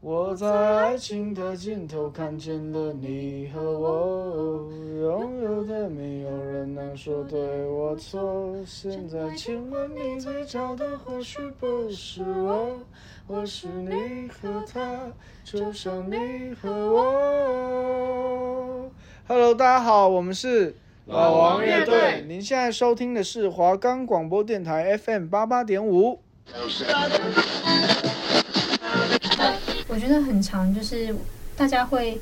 我在爱情的尽头看见了你和我，拥有的没有人能说对我错。现在，请问你最找的或许不是我，我是你和他，就像你和我。Hello，大家好，我们是老王乐队您现在收听的是华冈广播电台 FM 八八点五。我觉得很长，就是大家会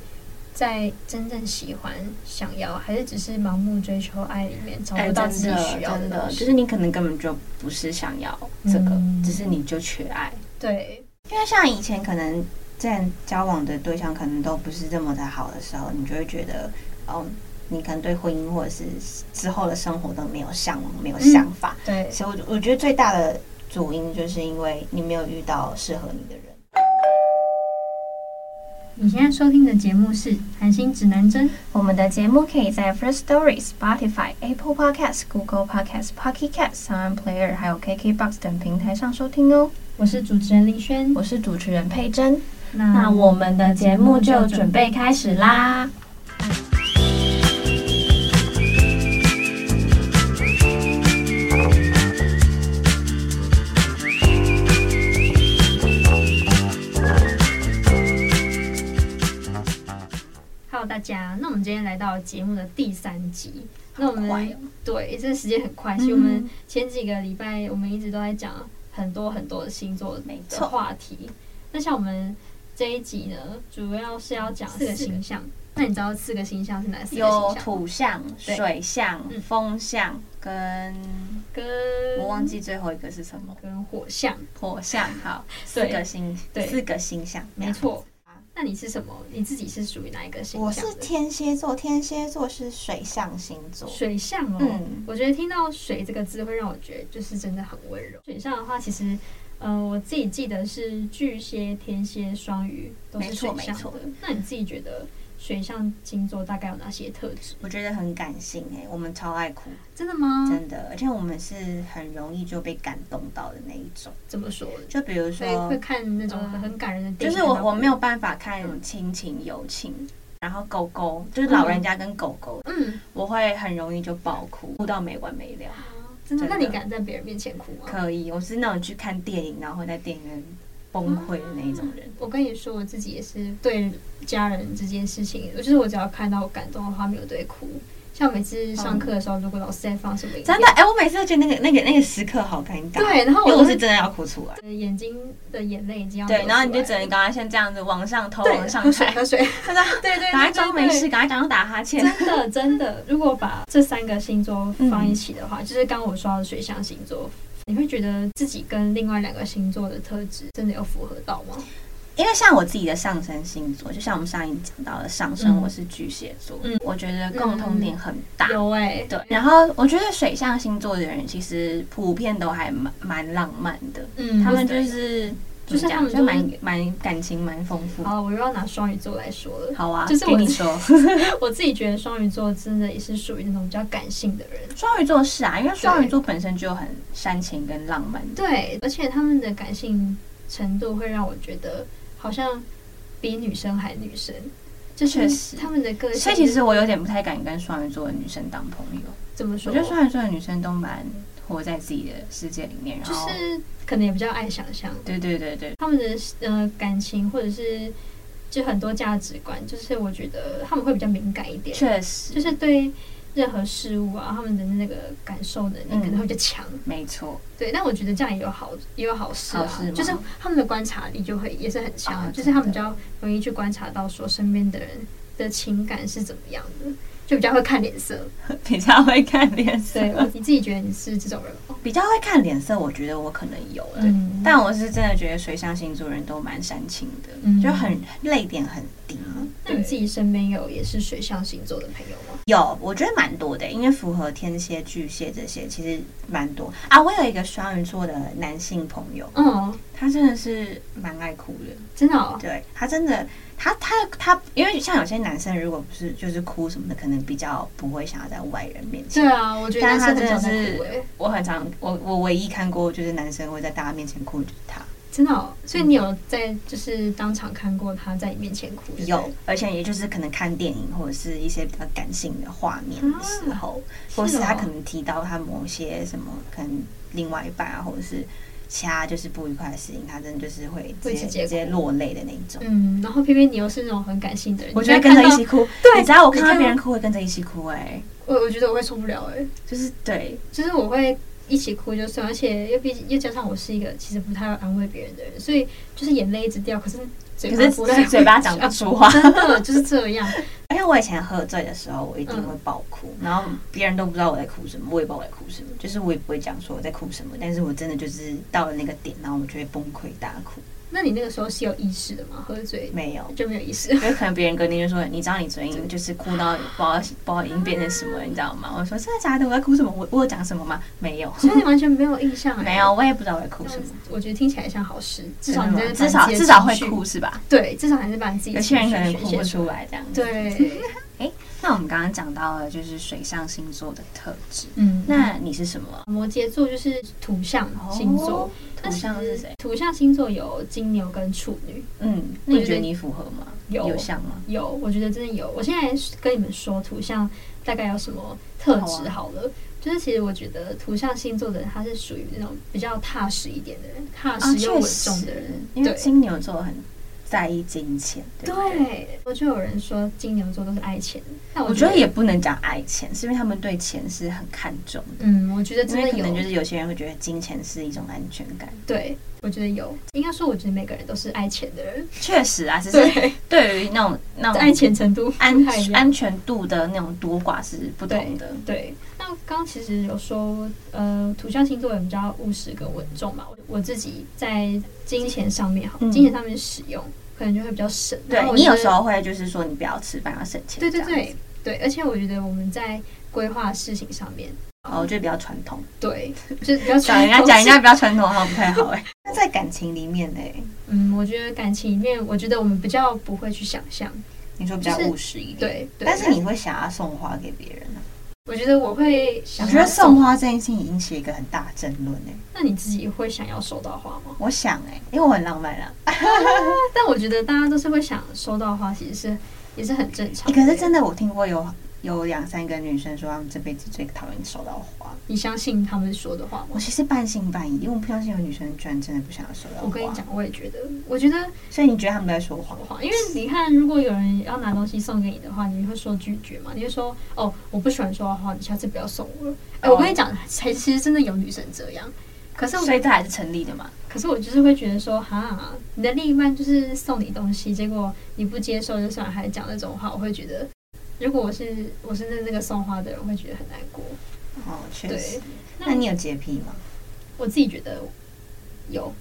在真正喜欢、想要，还是只是盲目追求爱里面找哎，不到自真己的需要真的，东就西。是你可能根本就不是想要这个，嗯只是你就缺爱。对，因为像以前可能之前交往的对象可能都不是这么的好的时候，你就会觉得，哦，你可能对婚姻或者是之后的生活都没有向往，没有想法。对，所以我就我觉得最大的主因就是因为你没有遇到适合你的人。你现在收听的节目是《韩星指南针》，我们的节目可以在 First Story、Spotify、Apple Podcast、Google Podcast、Pocket Cast、Sound Player 还有 KKBox 等平台上收听哦。我是主持人林轩。我是主持人佩珍，那那我们的节目就准备开始啦。 Hello 大家，那我们今天来到节目的第三集，那我们、快哦嗯对这个时间很快，所以我们前几个礼拜我们一直都在讲很多很多的星座没的错话题。那像我们这一集呢，主要是要讲四个四个星象。那你知道四个星象是哪四个有星象吗？土象、对水象嗯、风象，跟跟我忘记最后一个是什么，跟火象，火象。好，嗯四对个星，对四个星象，没错。啊那你是什么？你自己是属于哪一个这星样。我象是的？天蝎座，天蝎座是水象星座。水象哦。嗯，我觉得听到“水”这个字，会让我觉得就是真的很温柔。水上的话，其实，呃，我自己记得是巨蟹、天蝎、双鱼都是没水错没象错的。那你自己觉得水象星座大概有哪些特质？我觉得很感性哎、我们超爱哭，真的吗？真的，而且我们是很容易就被感动到的那一种。怎么说？就比如所以说会，看那种很嗯很感人的就电影。是我看到我没有办法看亲情友情，然后狗狗就是老人家跟狗狗，嗯，我会很容易就爆哭，哭到没完没了。真的。真那的你敢在别人面前哭吗？可以，我是那种去看电影，然后会在电影院崩溃的那一种人。我跟你说，我自己也是对家人这件事情，就是我只要看到我感动的画面，我都会哭。像每次上课的时候，如果老师在放什么影片真的，哎、我每次都觉得那个那个那个时刻好尴尬。，对，然后因为我我都是真的要哭出来。眼睛的眼泪已经要对，流然后你出来就只能了刚刚像这样子往上头对往上喝水抬，喝水，真的，对对，赶快对装没。事，对赶快假装打哈欠。真的真的，如果把这三个星座放一起的嗯话，就是刚我说到的水象星座，你会觉得自己跟另外两个星座的特质真的有符合到吗？因为像我自己的上升星座，就像我们上一集讲到的上嗯升，我是巨蟹座，嗯我觉得共同点很大。有哎，嗯对，然后我觉得水象星座的人其实普遍都还蛮蛮浪漫的，嗯，他们对就是就是怎么他们讲就蛮就是蛮感情蛮丰富的。好，我又要拿双鱼座来说了。好啊，就是我给你 说，我自己觉得双鱼座真的也是属于那种比较感性的人，双鱼座是啊，因为双鱼座本身就很煽情跟浪漫的。对，而且他们的感性程度会让我觉得好像比女生还女生，就确是实他们的个性。所以其实我有点不太敢跟双鱼座的女生当朋友。怎么我说，觉得双鱼座的女生都蛮活在自己的世界里面，然就后是可能也比较爱想象，对对对对，他们的呃感情或者是就很多价值观，就是我觉得他们会比较敏感一点，确实就是对任何事物啊，他们的那个感受能力嗯可能会比较强。没错。对，但我觉得这样也有好，也有好事啊，好事吗就是他们的观察力就会也是很强，啊就是他们真的比较容易去观察到说身边的人的情感是怎么样的，就比较会看脸色。比较会看脸 色，对，我你自己觉得你是这种人吗？比较会看脸色，我觉得我可能有了。嗯但我是真的觉得水象星座人都蛮煽情的，嗯就很泪点很低。那你自己身边有也是水象星座的朋友吗？有，我觉得蛮多的，因为符合天蝎、巨蟹这些其实蛮多啊。我有一个双鱼座的男性朋友，嗯，他真的是蛮爱哭的。真的哦，对他真的，他他他，因为像有些男生如果不是就是哭什么的，可能比较不会想要在外人面前对。啊，我觉得但男他生很真少的在哭诶、欸是，我很常我我唯一看过就是男生会在大家面前哭的就是他。真的、哦，所以你有在就是当场看过他在你面前哭？有，而且也就是可能看电影或者是一些比较感性的画面的时候，啊或是他可能提到他某些什么，可能另外一半啊，或者是其他就是不愉快的事情，他真的就是会直会接直接哭直接落泪的那一种。嗯，然后偏偏你又是那种很感性的人，我你就会看跟着一到起哭，对你知道我看你到看别人哭会跟着一起哭、哎，我我觉得我会受不了哎、就是对，就是我会一起哭就算，而且又毕又加上我是一个其实不太会安慰别人的人，所以就是眼泪一直掉，可是嘴可巴是不太会嘴巴讲不 出话。真的就是这样。而且我以前喝醉的时候，我一定会爆哭，然后别人都不知道我在哭什么，我也不知道我在哭什么，就是我也不会讲说我在哭什么，但是我真的就是到了那个点，然后我就会崩溃大哭。那你那个时候是有意识的吗？喝醉没有，就没有意识。 因为可能别人隔天就说，你知道你昨天就是哭到不知道不知道已经变成什么了，你知道吗？我说真的假的？我在哭什么？我我有讲什么吗？没有，所以你完全没有印象、欸，没有，我也不知道我在哭那什么。我觉得听起来像好事，至少你在那真的吗至把少自己的至少会情绪哭，是吧？对，至少还是把你自己有些人可能情绪哭宣不泄出来这样。， 对，那我们刚刚讲到了就是水象星座的特质，嗯，那你是什么摩羯座就是土象星座哦，土象是谁？？土象星座有金牛跟处女，嗯，那你觉得你符合吗？有像吗？有，我觉得真的有。我现在跟你们说土象大概有什么特啊质好了，就是其实我觉得土象星座的人，他是属于那种比较踏实一点的人，踏实又稳重的人，啊因为对金牛座很在意金钱，对不对。对，我就有人说金牛座都是爱钱，但我觉得也，不能讲爱钱，是因为他们对钱是很看重的。嗯，我觉得真因为可的能就有，是有些人会觉得金钱是一种安全感，对，我觉得有。应该说，我觉得每个人都是爱钱的人， 确实啊，只是对，对于那种那种爱钱程度不安太一样。安全度的那种多寡是不同的。对，那刚刚其实有说，呃，土象星座人比较务实跟稳重嘛。我我自己在金钱上面哈，嗯金钱上面使用可能就会比较省。然对后我你觉有得时候会就是说你不要吃饭要省钱，对对这样对子，对，而且我觉得我们在规划事情上面，哦，就比较传统。对，就是比较讲人家传统讲人家比较传统，好像不太好哎。 那在感情里面呢？嗯，我觉得感情里面，我觉得我们比较不会去想象，你说比较就是务实一点，对，对但是你会想要送花给别人啊？我觉得我会我想觉得要送，花这件事情引起一个很大的争论哎。那你自己会想要收到花吗？我想哎、因为我很浪漫啦、但我觉得大家都是会想收到花，其实是也是很正常欸的。可是真的我听过有有两三个女生说她们这辈子最讨厌收到花。你相信他们说的话我吗？其实半信半疑，因为我不相信有女生居然真的不想要收到花。我跟你讲，我也觉得，我觉得所以你觉得他们都在说谎？谎，因为你看，如果有人要拿东西送给你的话，你会说拒绝嘛？你会说哦，我不喜欢说的话，你下次不要送我了。哦哎、我跟你讲，才其实真的有女生这样，可是我所以这还是成立的嘛？可是我就是会觉得说，哈，你的另一半就是送你东西，结果你不接受，就算还讲那种话，我会觉得，如果我是我是那那个送花的人，我会觉得很难过。哦，确对实。，那你有洁癖吗？我自己觉得有，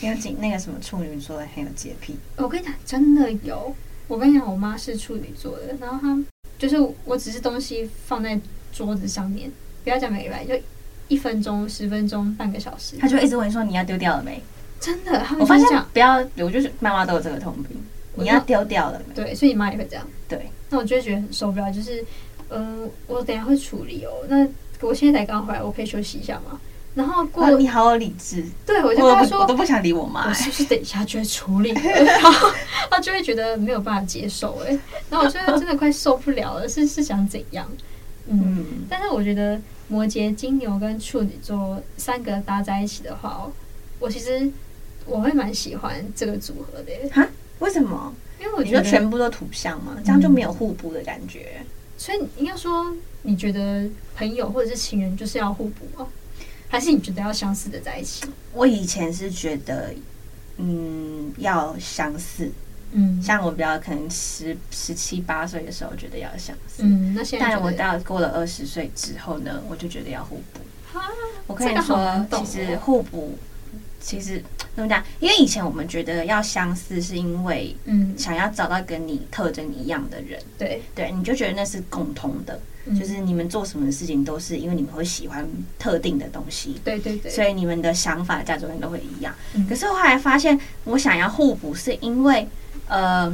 你有紧那个什么处女座的很有洁癖，我跟你讲，真的有。我跟你讲，我妈是处女座的，然后她就是我只是东西放在桌子上面，不要讲每个礼拜，就一分钟、十分钟、半个小时，她就一直问你说你要丢掉了没？真的，他们就我发是现这样。不要，我就是妈妈都有这个通病，我你要就丢掉了没？对，所以你妈也会这样。对，那我就会觉得很受不了，就是，嗯，我等一下会处理哦。那我现在才刚回来，我可以休息一下吗？然后过，哇，啊你好有理智，对我我就跟她都不我说都，不想理我妈我欸、是不是等一下就会处理了？ 然后她就会觉得没有办法接受、哎，然后我就真的快受不了了，是是想怎样？嗯，嗯，但是我觉得摩羯、金牛跟处女座三个搭在一起的话哦，我其实我会蛮喜欢这个组合的、哎为什么？因为我你觉说得全部都图像吗？这样就没有互补的感觉。所以你应该说，你觉得朋友或者是情人就是要互补吗？还是你觉得要相似的在一起？我以前是觉得，嗯，要相似，嗯像我比较可能十十七八岁的时候觉得要相似，嗯，那现在但觉我得到过了二十岁之后呢，我就觉得要互补啊。我跟这你个好说难，懂其哦实互补，其实怎么讲？因为以前我们觉得要相似，是因为嗯想要找到跟你特征一样的人，对，对，你就觉得那是共通的，嗯就是你们做什么事情都是因为你们会喜欢特定的东西，对对对，所以你们的想法、价值观都会一样。嗯可是我后来发现，我想要互补，是因为，呃，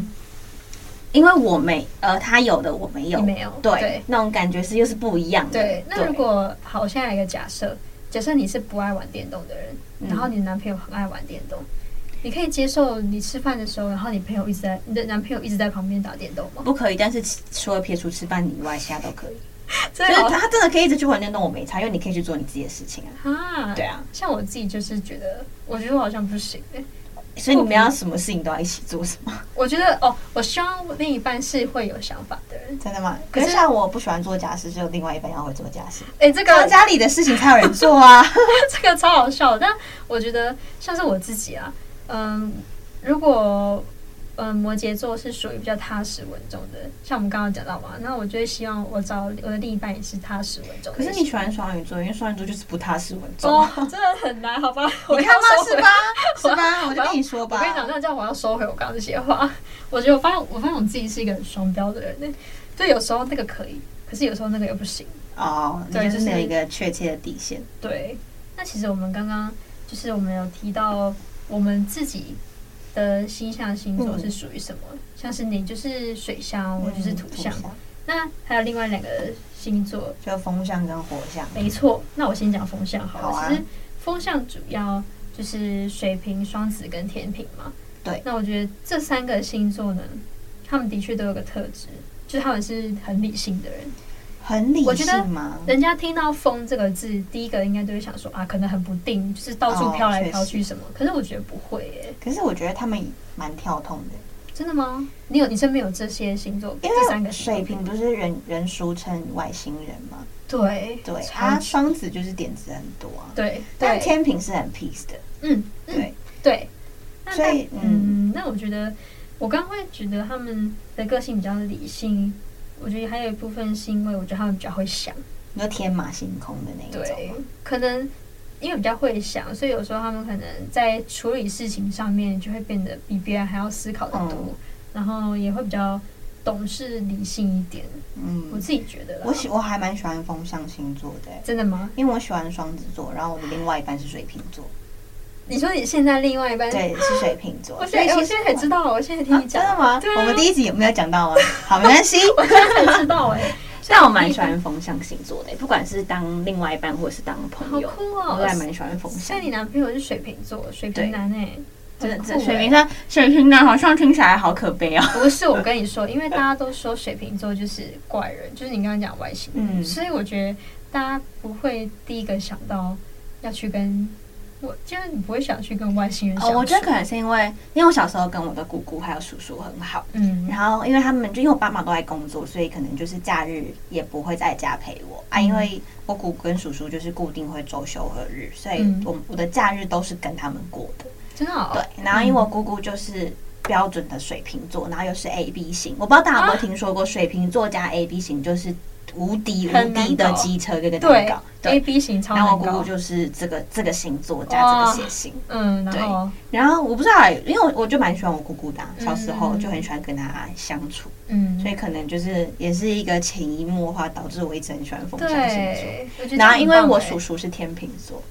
因为我没，呃，他有的我没有，你没有对，对那种感觉是又是不一样的。对。那如果好，我现在来一个假设，假设你是不爱玩电动的人，嗯然后你的男朋友很爱玩电动，你可以接受你吃饭的时候，然后你朋友一直在你的男朋友一直在旁边打电动吗？不可以，但是其除了撇除吃饭以外，其他都可以。真就是的好 他他 真的可以一直去玩电动，我没差，因为你可以去做你自己的事情啊。啊，对啊，像我自己就是觉得，我觉得我好像不行哎、所以你们要什么事情都要一起做，是吗？我觉得哦，我希望另一半是会有想法的人。真的吗？可可是是像我不喜欢做家事，只有另外一半要会做家事，哎、这啊 这样个家里的事情才有人做啊。这个超好笑的，但我觉得像是我自己啊，嗯，如果嗯摩羯座是属于比较踏实稳重的，像我们刚刚讲到嘛，那我就会希望我找我的另一半也是踏实稳重的。 可是你喜欢双鱼座，因为双鱼座就是不踏实稳重。哦，真的很难，好吧？我 你看要吧，收回是 吧？ 是吧？我我就要跟你说吧。我跟你讲，那这样我要收回我刚刚那些话。我觉得我发现，我发现我自己是一个很双标的人，那就有时候那个可以，可是有时候那个又不行。哦，你对就是没有就是一个确切的底线。对，那其实我们刚刚就是我们有提到我们自己的星象星座是属于什么，像是你就是水象，我嗯嗯就是土象，那还有另外两个星座，就风象跟火象。没错。那我先讲风象好了，好啊其实风象主要就是水瓶、双子跟天平嘛。对那我觉得这三个星座呢，他们的确都有个特质，就是他们是很理性的人。很理我觉得性吗？人家听到“风”这个字，第一个应该就会想说啊，可能很不定，就是到处哦飘来确飘实去什么。可是我觉得不会耶，可是我觉得他们蛮跳痛的，真的吗？你有你身边有这些星座，嗯因这三为个水星座瓶不是人人俗称外星人嘛？对对，啊超他双子就是点子很多啊，对但对，天平是很 peace 的，嗯嗯对，对。那所以但嗯嗯，那我觉得我刚会觉得他们的个性比较理性，我觉得还有一部分是因为我觉得他们比较会想。你说天马行空的那一种对吗，，可能因为比较会想，所以有时候他们可能在处理事情上面就会变得比别人还要思考的多，嗯然后也会比较懂事理性一点。我嗯，自己觉得啦，我喜我还蛮喜欢风象星座的欸、真的吗？因为我喜欢双子座，然后我的另外一半是水瓶座，你说你现在另外一半，对，是水瓶座。我现在所我以其实现在才知道，我现在听啊你讲，真的吗对啊？我们第一集有没有讲到啊？好，没关系。我现在才知道哎、 但我蛮喜欢风象星座的，不管是当另外一半或者是当朋好友，酷我哦、都还蛮喜欢风象像。你男朋友是水瓶座，水瓶对男哎、真的，很这酷水欸瓶上水瓶男好像听起来好可悲哦。不是，我跟你说，因为大家都说水瓶座就是怪人，就是你刚刚讲外星人，嗯所以我觉得大家不会第一个想到要去跟我，就是你不会想去跟外星人相哦，处。我觉得可能是因为，因为我小时候跟我的姑姑还有叔叔很好，嗯，然后因为他们就因为我爸妈都在工作，所以可能就是假日也不会在家陪我啊。嗯因为我姑姑跟叔叔就是固定会周休和日，所以嗯我我的假日都是跟他们过的。真的、哦，对，然后因为我姑姑就是标准的水瓶座，嗯然后又是 A B 型，我不知道大家有没有听说过，水瓶座加 A B 型就是无敌很无难敌的搞机车跟个对难搞。 A 对， B 型超然后难我姑姑搞，就是这个这个星座加这个血型，嗯，然后然后我不知道欸，因为我我就蛮喜欢我姑姑的啊，嗯小时候就很喜欢跟她相处，嗯所，以可能就是也是一个潜移默化导致我一直很喜欢风象星座。对，我觉得然后因为我这很叔棒欸叔是天秤座，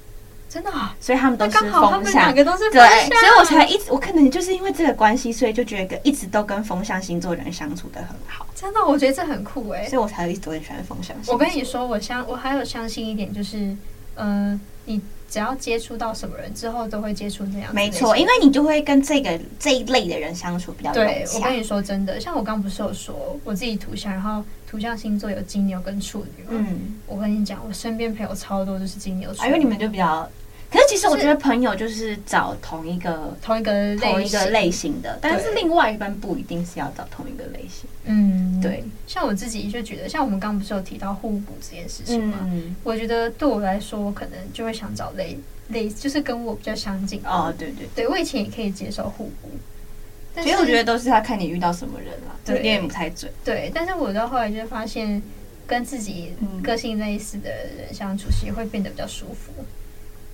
真的哦、所以他们都那是刚好他风们象两。个都是对风，象所以我才一直，我可能就是因为这个关系，所以就觉得一直都跟风象星座人相处的很好，真的，我觉得这很酷哎、所以我才一直都很喜欢风象星座。我跟你说，我相我还有相信一点，就是，呃，你只要接触到什么人之后，都会接触那样子类型的人。没错，因为你就会跟这个这一类的人相处比较对融洽我跟你说真的，像我刚不是有说我自己图像，然后图像星座有金牛跟处女嘛。嗯，我跟你讲，我身边朋友超多就是金牛处啊，女，因为你们就比较，可是其实我是觉得朋友就是找同一个同一个同类一个型，类型的，但是另外一半不一定是要找同一个类型。嗯，对。像我自己就觉得，像我们刚不是有提到互补这件事情嘛，嗯，我觉得对我来说，我可能就会想找类类，就是跟我比较相近的哦，对对对我以前也可以接受互补，嗯但是对，其实我觉得都是要看你遇到什么人啦，对有点不太准。对，但是我到后来就会发现，跟自己嗯个性类似的人相处，其实会变得比较舒服，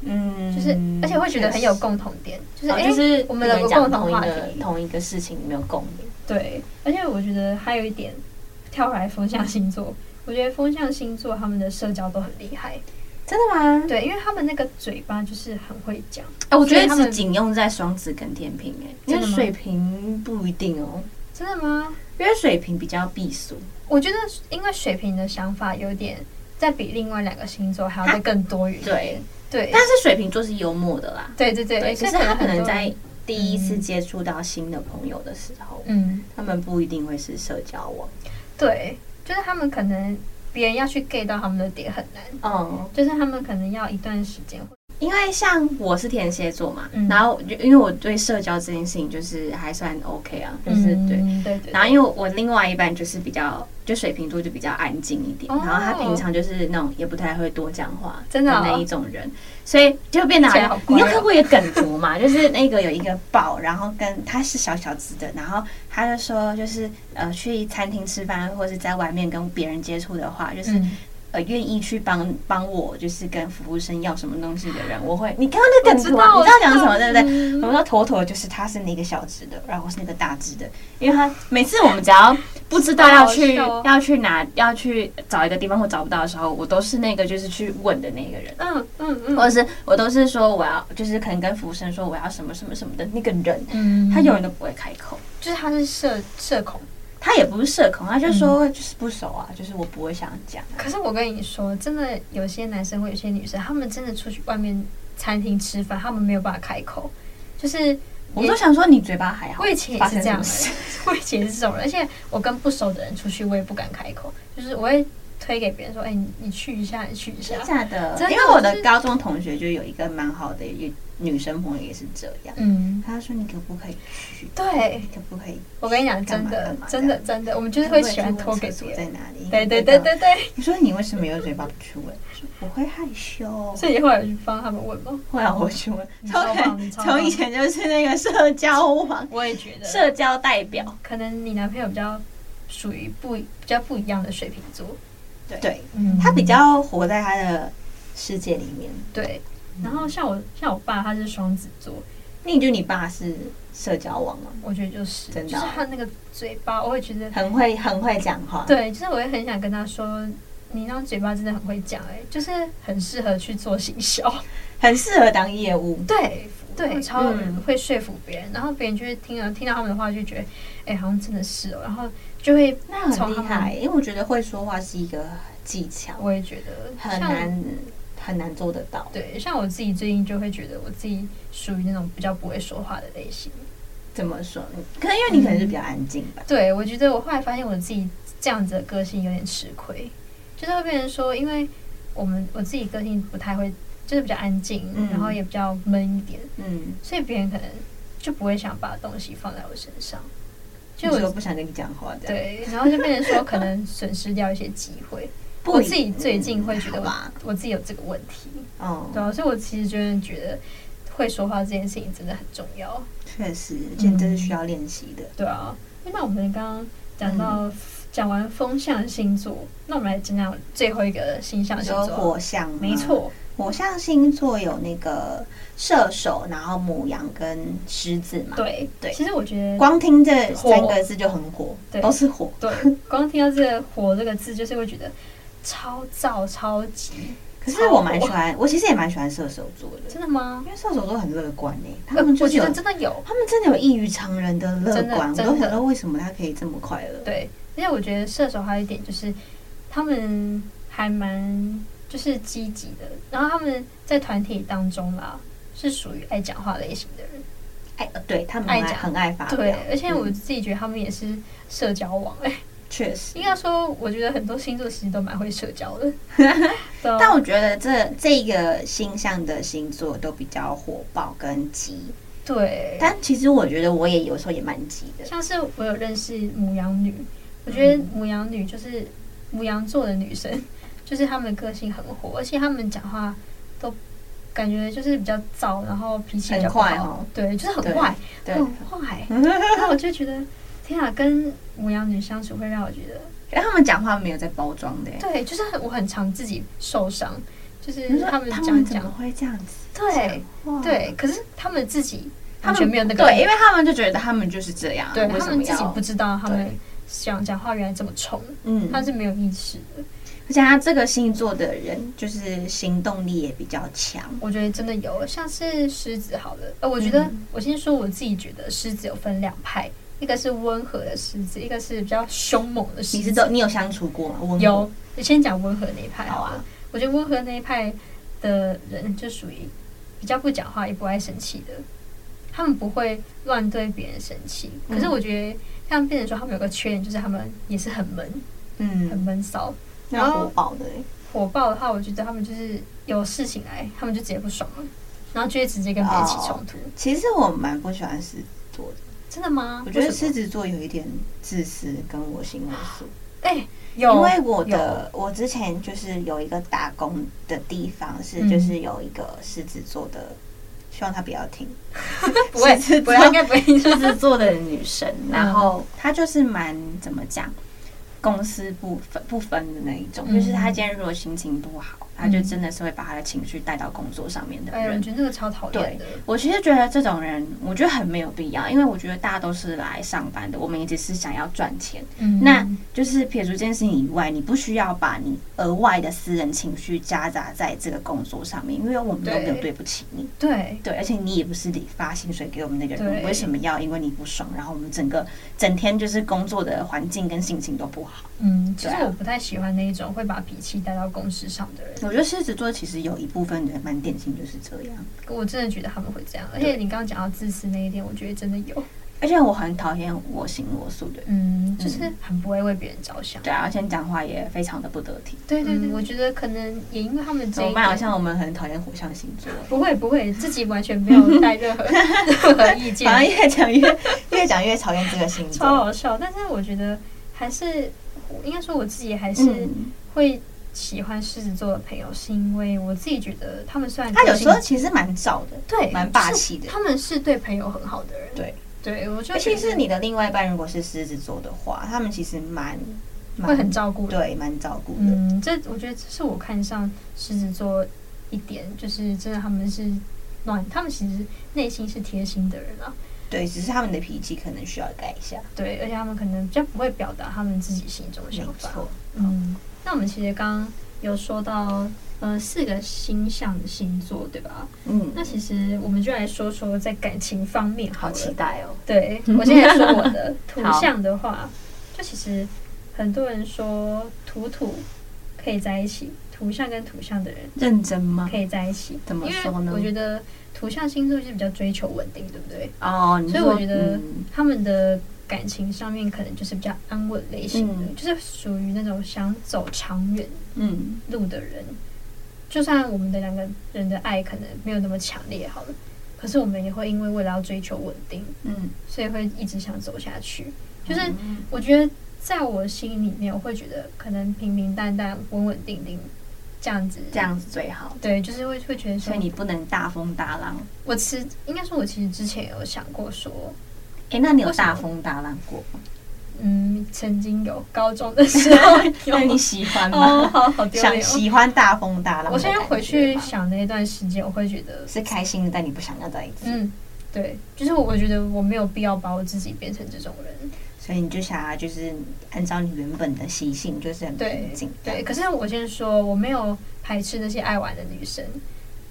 嗯，就是而且会觉得很有共同点，就是哦哎、就是我们的你共讲同同一话题个同一个事情没有共鸣，对，而且我觉得还有一点，跳回来风象星座，我觉得风象星座他们的社交都很厉害，真的吗？对，因为他们那个嘴巴就是很会讲，哎，我觉所以得他们只仅用在双子跟天平，哎，真因的为吗水瓶不一定哦，真的吗？因为水瓶比较避俗，我觉得因为水瓶的想法有点再比另外两个星座还要再更多元一点，对，对但是水瓶座是幽默的啦，对对对，对，可所以是他很可能多在第一次接触到新的朋友的时候，嗯，他们不一定会是社交网，对，就是他们可能别人要去 get 到他们的点很难，嗯，就是他们可能要一段时间。因为像我是天蝎座嘛，嗯然后我就因为我对社交这件事情就是还算 OK 啊，就是对，嗯对对，然后因为我另外一半就是比较，就水瓶座就比较安静一点，哦然后他平常就是那种也不太会多讲话真的哦那一种人，所以就变得好这样好像乖哦你有看过一个梗图嘛， 就是那个有一个豹，然后跟他是小小只的，然后他就说就是呃去餐厅吃饭或者是在外面跟别人接触的话，就是。嗯呃，愿意去帮帮我，就是跟服务生要什么东西的人，我会。你看到那梗图啊，嗯我你知道知道讲什么我知道对不对？嗯我们说妥妥就是他是那个小只的，然后我是那个大只的，因为他每次我们只要不知道要去好好笑哦要去哪要去找一个地方或找不到的时候，我都是那个就是去问的那个人。嗯嗯嗯，或者是我都是说我要，就是可能跟服务生说我要什么什么什么的那个人，嗯他永远都不会开口，就是他是社社恐，他也不是社恐，他就嗯说就是不熟啊，就是我不会想讲。可是我跟你说，真的有些男生或有些女生，他们真的出去外面餐厅吃饭，他们没有办法开口，就是我都想说你嘴巴还好，我以前也是这样发生什欸么 事，我以前也是这种人，而且我跟不熟的人出去，我也不敢开口，就是我会推给别人说，哎、你你去一下，你去一下真的。假的？真的因为我我的是高中同学就有一个蛮好的一个女生朋友也是这样，嗯，他说你可不可以去？对你可不可以？我跟你讲，干真嘛的干，嘛真的，真的，我们就是会喜欢偷拖给所别在人。哪里？对对对对对，你说你为什么有嘴巴不去问？我说我会害羞。所以后来有去帮他们问吗？后来我去问，你从超棒你超棒从以前就是那个社交网、我也觉得， 社交代表。可能你男朋友比较属于不比较不一样的水瓶座，对，对嗯，他比较活在他的世界里面。对。然后像我像我爸，他是双子座，那你觉得你爸是社交网吗？我觉得就是真就的是哦他那个嘴巴，我会觉得很会很会讲话。，对，就是我会很想跟他说，你那嘴巴真的很会讲，哎，就是很适合去做行销，很适合当业务。对对，超嗯会说服别人，然后别人就会听了听到他们的话就觉得，哎，好像真的是哦，然后就会那很从厉他们害，因为我觉得会说话是一个技巧，我也觉得很像难很难做得到。对，像我自己最近就会觉得我自己属于那种比较不会说话的类型。怎么说？嗯可能因为你可能是比较安静吧。对，我觉得我后来发现我自己这样子的个性有点吃亏，就是会变成说，因为我们我自己个性不太会，就是比较安静，嗯然后也比较闷一点，嗯，所以别人可能就不会想把东西放在我身上，就就我我不想跟你讲话这样。，对，然后就变成说可能损失掉一些机会。 不我一自己最近会觉得嗯好我吧，我自己有这个问题，对嗯，啊，所以我其实就是觉得会说话这件事情真的很重要。确实，这真是需要练习的。对啊，诶那我们刚刚讲到嗯讲、完风象星座，那我们来讲讲最后一个星象你星说座。火象，没，错，火象星座有那个射手，然后母羊跟狮子嘛。，对啊对其实我觉得，光听这三个字就很火，对都是火。对，光听到这个“火”这个字，就是会觉得超燥、超级。可是我蛮喜欢，我其实也蛮喜欢射手座的，真的吗？因为射手座很乐观诶、他呃们就我是觉有得真的有，他们真的有异于常人的乐观，我真的都想到为什么他可以这么快乐。对。而且我觉得射手还有一点就是，他们还蛮就是积极的，然后他们在团体当中啦，是属于爱讲话类型的人。爱呃对他们爱很爱讲很爱发表，对，而且我嗯自己觉得他们也是社交网、哎，确实应，该说，我觉得很多星座其实都蛮会社交的。对啊但我觉得这这个星象的星座都比较火爆跟急，对，但其实我觉得我也有时候也蛮急的，像是我有认识母羊女，我觉嗯得母羊女就是母羊座的女生， 就是她们个性很火，而且她们讲话都感觉就是比较躁，然后脾气比较不很快好哦，对，就是很对快，对，很快。嗯 然后我就觉得，天啊，跟母羊女相处会让我觉得因为他们讲话没有在包装的欸。对，就是很我很常自己受伤，就是你说他们他讲们怎么讲，会这样子？对哇，对，可是他们自己他完们全没有那个，对，因为他们就觉得他们就是这样啊，对为他什们么自己要不？知道他们对讲讲话原来这么冲，嗯，他是没有意识的。而且他这个星座的人就是行动力也比较强，我觉得真的有，像是狮子好了，呃，我觉得嗯我先说我自己觉得狮子有分两派，一个是温和的狮子，一个是比较凶猛的狮你子。是都你有相处过吗？温和有，先讲温和那一派好啊了。我觉得温和那一派的人就属于比较不讲话，也不爱生气的。他们不会乱对别人生气。嗯可是我觉得他们变成说，他们有个缺点就是他们也是很闷，很嗯，闷骚。那火爆的欸，火爆的话，我觉得他们就是有事情来，他们就直接不爽了，然后就会直接跟别人起冲突。其实我蛮不喜欢狮子座的，真的吗？我觉得啊为什狮么子座有一点自私跟我行我素。哎，有因为我的我之前就是有一个打工的地方是，嗯就是有一个狮子座的，希望他不要 听。不会狮子不会，他应座该不会狮子座的女生，然后她就是蛮怎么讲，公私不分不分的那一种，嗯就是她今天如果心情不好，她就真的是会把她的情绪带到工作上面的哎，我人。觉得那个超讨厌的。我其实觉得这种人，我觉得很没有必要，因为我觉得大家都是来上班的，我们也只是想要赚钱。嗯那就是撇除这件事情以外，你不需要把你额外的私人情绪夹杂在这个工作上面，因为我们都没有对对不起你。对，对，而且你也不是你发薪水给我们那个人，对你为什么要因为你不爽，然后我们整个整天就是工作的环境跟心情都不好？嗯，其对实啊我不太喜欢那一种会把脾气带到公司上的人。我觉得狮子座其实有一部分人蛮典型就是这样，我真的觉得他们会这样，而且你刚刚讲到自私那一点，我觉得真的有，而且我很讨厌我行我素的人。嗯，就是很不会为别人着想。对啊，而且讲话也非常的不得体。对对对，嗯我觉得可能也因为他们这怎一点么办？好像我们很讨厌火象星座。不会不会，自己完全没有带 任何任何意见好，像越讲越越讲越讨厌这个星超座。好笑。但是我觉得还是应该说我自己还是嗯，会喜欢狮子座的朋友，是因为我自己觉得他们虽然他有个性时候其实蛮燥的，对蛮霸气的就是他们是对朋友很好的人。对对，我就尤其是你的另外一半如果是狮子座的话，他们其实蛮蛮会很照顾人。对，蛮照顾的。嗯，这我觉得这是我看上狮子座一点，就是真的他们是暖，他们其实内心是贴心的人啊。对，只是他们的脾气可能需要改一下。对，而且他们可能比较不会表达他们自己心中的没想法。错，嗯，那我们其实刚刚有说到，呃，四个星象的星座，对吧？嗯那其实我们就来说说在感情方面好好了。期待哦。对，我现在说我的图好像的话，就其实很多人说土土可以在一起，图像跟图像的人认真吗可？以在一起。怎么因说为呢我觉得图像星座就是比较追求稳定，对不对？哦，你所以说我觉得嗯他们的感情上面可能就是比较安稳类型的，嗯就是属于那种想走长远嗯，路的人。就算我们的两个人的爱可能没有那么强烈好了，可是我们也会因为为了要追求稳定，嗯，所以会一直想走下去。就是嗯我觉得在我心里面，我会觉得可能平平淡淡、稳稳定定这样子，这样子最好。对，就是会会觉得说所以，你不能大风大浪。我其实应该说，我其实之前有想过说，哎，那你有为什么大风大浪过吗？嗯，曾经有高中的时 候有那你喜欢哦，吗？好好丢想脸哦。喜欢大风大浪的感觉吗？我现在回去想那一段时间，我会觉得，是开心的，但你不想要在一起，嗯，对，就是我我觉得我没有必要把我自己变成这种人，所以你就想要就是按照你原本的习性，就是很对平静。对。，可是我先说，我没有排斥那些爱玩的女生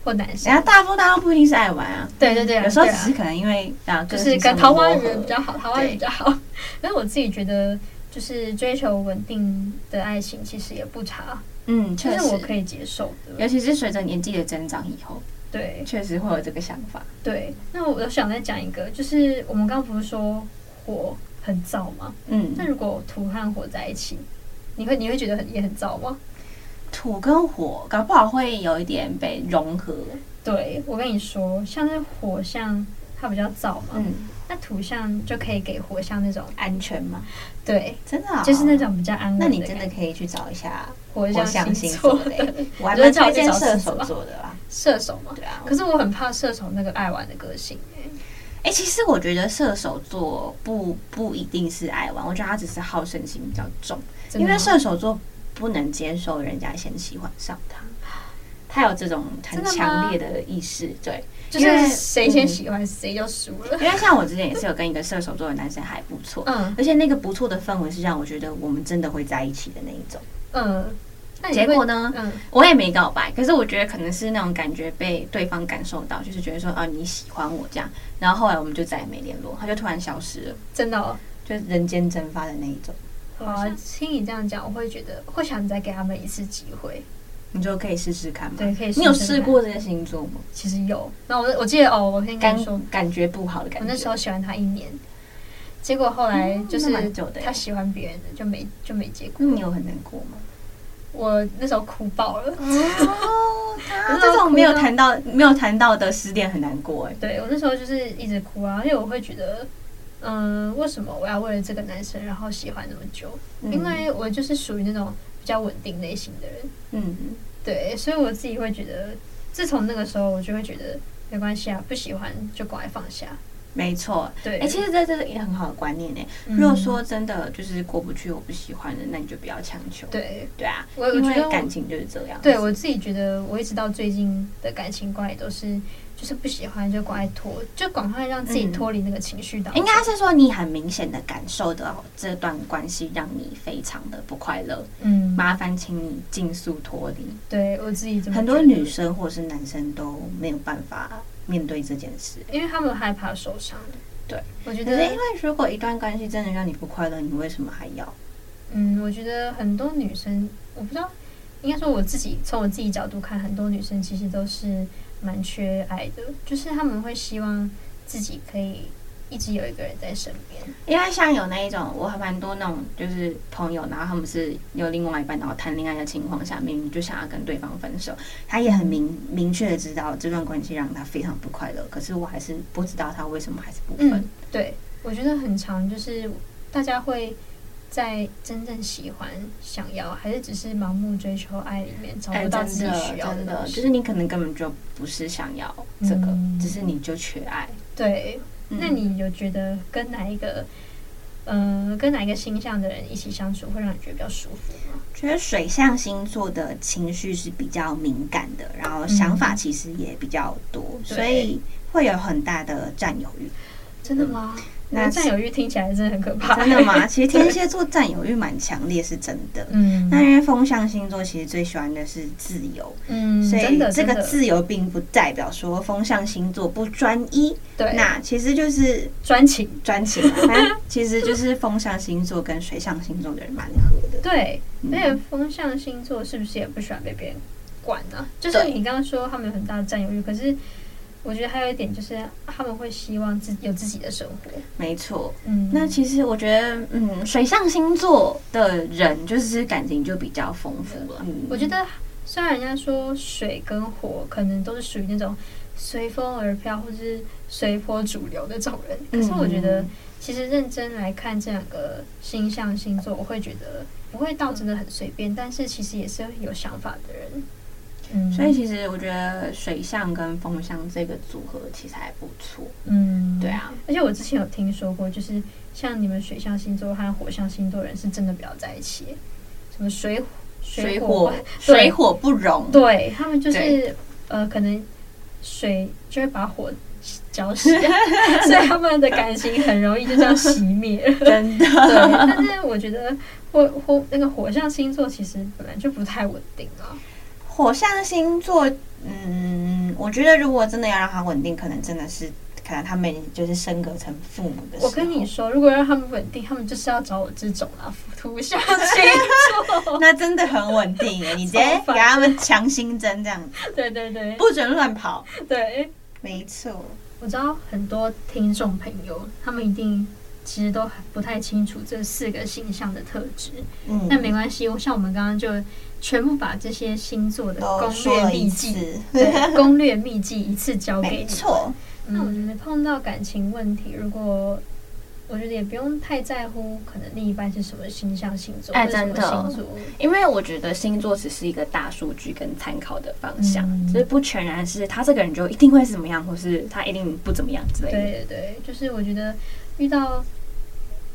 或男生然，后大风大浪不一定是爱玩啊，对对对啊，有时候对只啊是可能因为啊，就个是性跟上的桃花磨合源比较好，桃花源比较好。 但是我自己觉得，就是追求稳定的爱情其实也不差，嗯，就确是实我可以接受的。尤其是随着年纪的增长以后，对确实会有这个想法。对，那我想再讲一个，就是我们刚刚不是说火很燥吗？嗯，那如果土和火在一起，你会你会觉得很也很燥吗？土跟火搞不好会有一点被融合。对我跟你说，像是火象它比较燥嘛，嗯，那土象就可以给火象那种安全吗？对，真的、啊，就是那。种比较安稳那你感真的可以去找一下火火象象星星座的的欸，我还你就找蛮推一些荐找哦射狮子手吧座的啦。射手嘛。对啊，可是我很怕射手那个爱玩的个性、欸，哎、其实我觉得射手座不不一定是爱玩，我觉得他只是好胜心比较重，真因的为吗射手座不能接受人家先喜欢上他，他有这种很真的吗强烈的意识。对，就因为是谁先喜欢谁就输了。因为像我之前也是有跟一个射手座的男生还不错，嗯而且那个不错的氛围是让我觉得我们真的会在一起的那一种。嗯， 那你结会果呢，嗯，我也没告白，可是我觉得可能是那种感觉被对方感受到，就是觉得说啊你喜欢我这样，然后后来我们就再也没联络，他就突然消失了，真的、哦，就是人间蒸发的那一种。好啊，听你这样讲，我会觉得会想再给他们一次机会。你就可以试试看嘛。对，可以试试看。你有试过这些星座吗？其实有，那我我记得哦，我先跟感你说，感觉不好的感我觉。那时候喜欢他一年，结果后来就嗯是那蛮嗯久的耶他喜欢别人的，就没就没结果。那你有很难过 吗？我那时候哭爆了，哦，可他是这种没有我哭到谈到没有谈到的失恋很难过哎。对我那时候就是一直哭啊，因为我会觉得，嗯，为什么我要为了这个男生然后喜欢那么久？嗯因为我就是属于那种比较稳定类型的人，嗯，对，所以我自己会觉得，自从那个时候我就会觉得没关系啊，不喜欢就赶快放下。没错。对，哎，其实这这是一个很好的观念哎。嗯如果说真的就是过不去，我不喜欢的，那你就不要强求。对对啊，我我因觉得为我感情就是这样。对我自己觉得，我一直到最近的感情观也都是，就是不喜欢就赶快脱，就赶快让自己嗯脱离那个情绪当中。应该是说你很明显的感受到这段关系让你非常的不快乐，嗯，麻烦请你尽速脱离。对我自己这么很多觉得女，生或是男生都没有办法面对这件事。因为他们害怕受伤。对，我觉可是因得为，如果一段关系真的让你不快乐，你为什么还要？嗯，我觉得很多女生，我不知道，应该说我自己从我自己角度看，很多女生其实都是蛮缺爱的，就是她们会希望自己可以一直有一个人在身边。因为像有那一种，我还蛮多那种就是朋友，然后他们是有另外一半，然后谈恋爱的情况下，明明就想要跟对方分手，他也很明嗯明确的知道这段关系让他非常不快乐，可是我还是不知道他为什么还是不分。嗯，对，我觉得很长，就是大家会在真正喜欢、想要，还是只是盲目追求爱里面找哎，不到自己真需要真的，东就西。是你可能根本就不是想要这个，嗯只是你就缺爱。对，那嗯你有觉得跟哪一个，嗯、跟哪一个星象的人一起相处会让你觉得比较舒服吗？觉得水象星座的情绪是比较敏感的，然后想法其实也比较多，嗯对所以会有很大的占有欲。真的吗？嗯那那占有欲听起来 真的很可怕、真的吗？？其实天蝎座占有欲蛮强烈，是真的。嗯，那因为风象星座其实最喜欢的是自由，嗯，所真以的这真个的自由并不代表说风象星座不专一，对，那其实就是专情。专情啊，反正其实就是风象星座跟水象星座的人蛮合的。对，嗯而且风象星座是不是也不喜欢被别人管呢、就是对你刚刚说他们有很大的占有欲，可是我觉得还有一点就是他们会希望自己有自己的生活。没错。嗯，那其实我觉得，嗯，水象星座的人就是感情就比较丰富了。嗯，我觉得虽然人家说水跟火可能都是属于那种随风而飘或是随波逐流的这种人，可是我觉得嗯其实认真来看这两个星象星座，我会觉得不会到真的很随便，但是其实也是有想法的人。嗯，所以其实我觉得水象跟风象这个组合其实还不错。嗯，对啊，而且我之前有听说过，就是像你们水象星座和火象星座人是真的不要在一起，什么水水火火对水火不容。对他们就对是呃，可能水就会把火浇熄，所以他们的感情很容易就这样熄灭了。真 的。对，但是我觉得火火那个火象星座其实本来就不太稳定啊。火象星座，嗯，我觉得如果真的要让它稳定，可能真的是，可能他们就是升格成父母的时候。我跟你说，如果让他们稳定，他们就是要找我这种啊，土象星座。那真的很稳定 耶，你直接超烦给他们强心针，这样对对对不准乱跑。对。没错，我知道很多听众朋友，他们一定其实都不太清楚这四个星象的特质。嗯，那没关系，像我们刚刚就全部把这些星座的都攻说略了秘一籍，次， 对，攻略秘籍一次教给你。没错，那我们碰到感情问题，如果我觉得也不用太在乎，可能另一半是什么星象星座，哎或者什真的么星座，因为我觉得星座只是一个大数据跟参考的方向，嗯就是不全然是他这个人就一定会是怎么样，或是他一定不怎么样之类的。对对对，就是我觉得遇到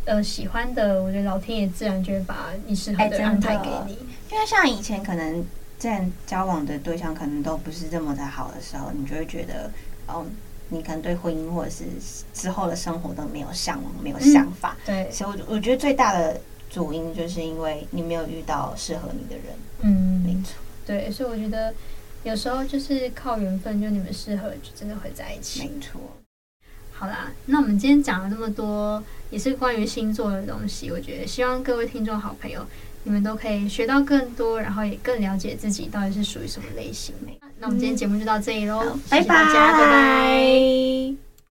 呃喜欢的，我觉得老天爷自然就会把你适合哎的真人安排的给你。因为像以前可能之前交往的对象可能都不是这么的好的时候，你就会觉得，哦，你可能对婚姻或者是之后的生活都没有向往，没有想法。对，所以我我觉得最大的主因就是因为你没有遇到适合你的人。没嗯，错，对，所以我觉得有时候就是靠缘分，就你们适合，就真的会在一起。没错。好啦，那我们今天讲了那么多，也是关于星座的东西，我觉得希望各位听众好朋友你们都可以学到更多，然后也更了解自己到底是属于什么类型。那我们今天节目就到这里喽，嗯拜谢谢大家，拜拜。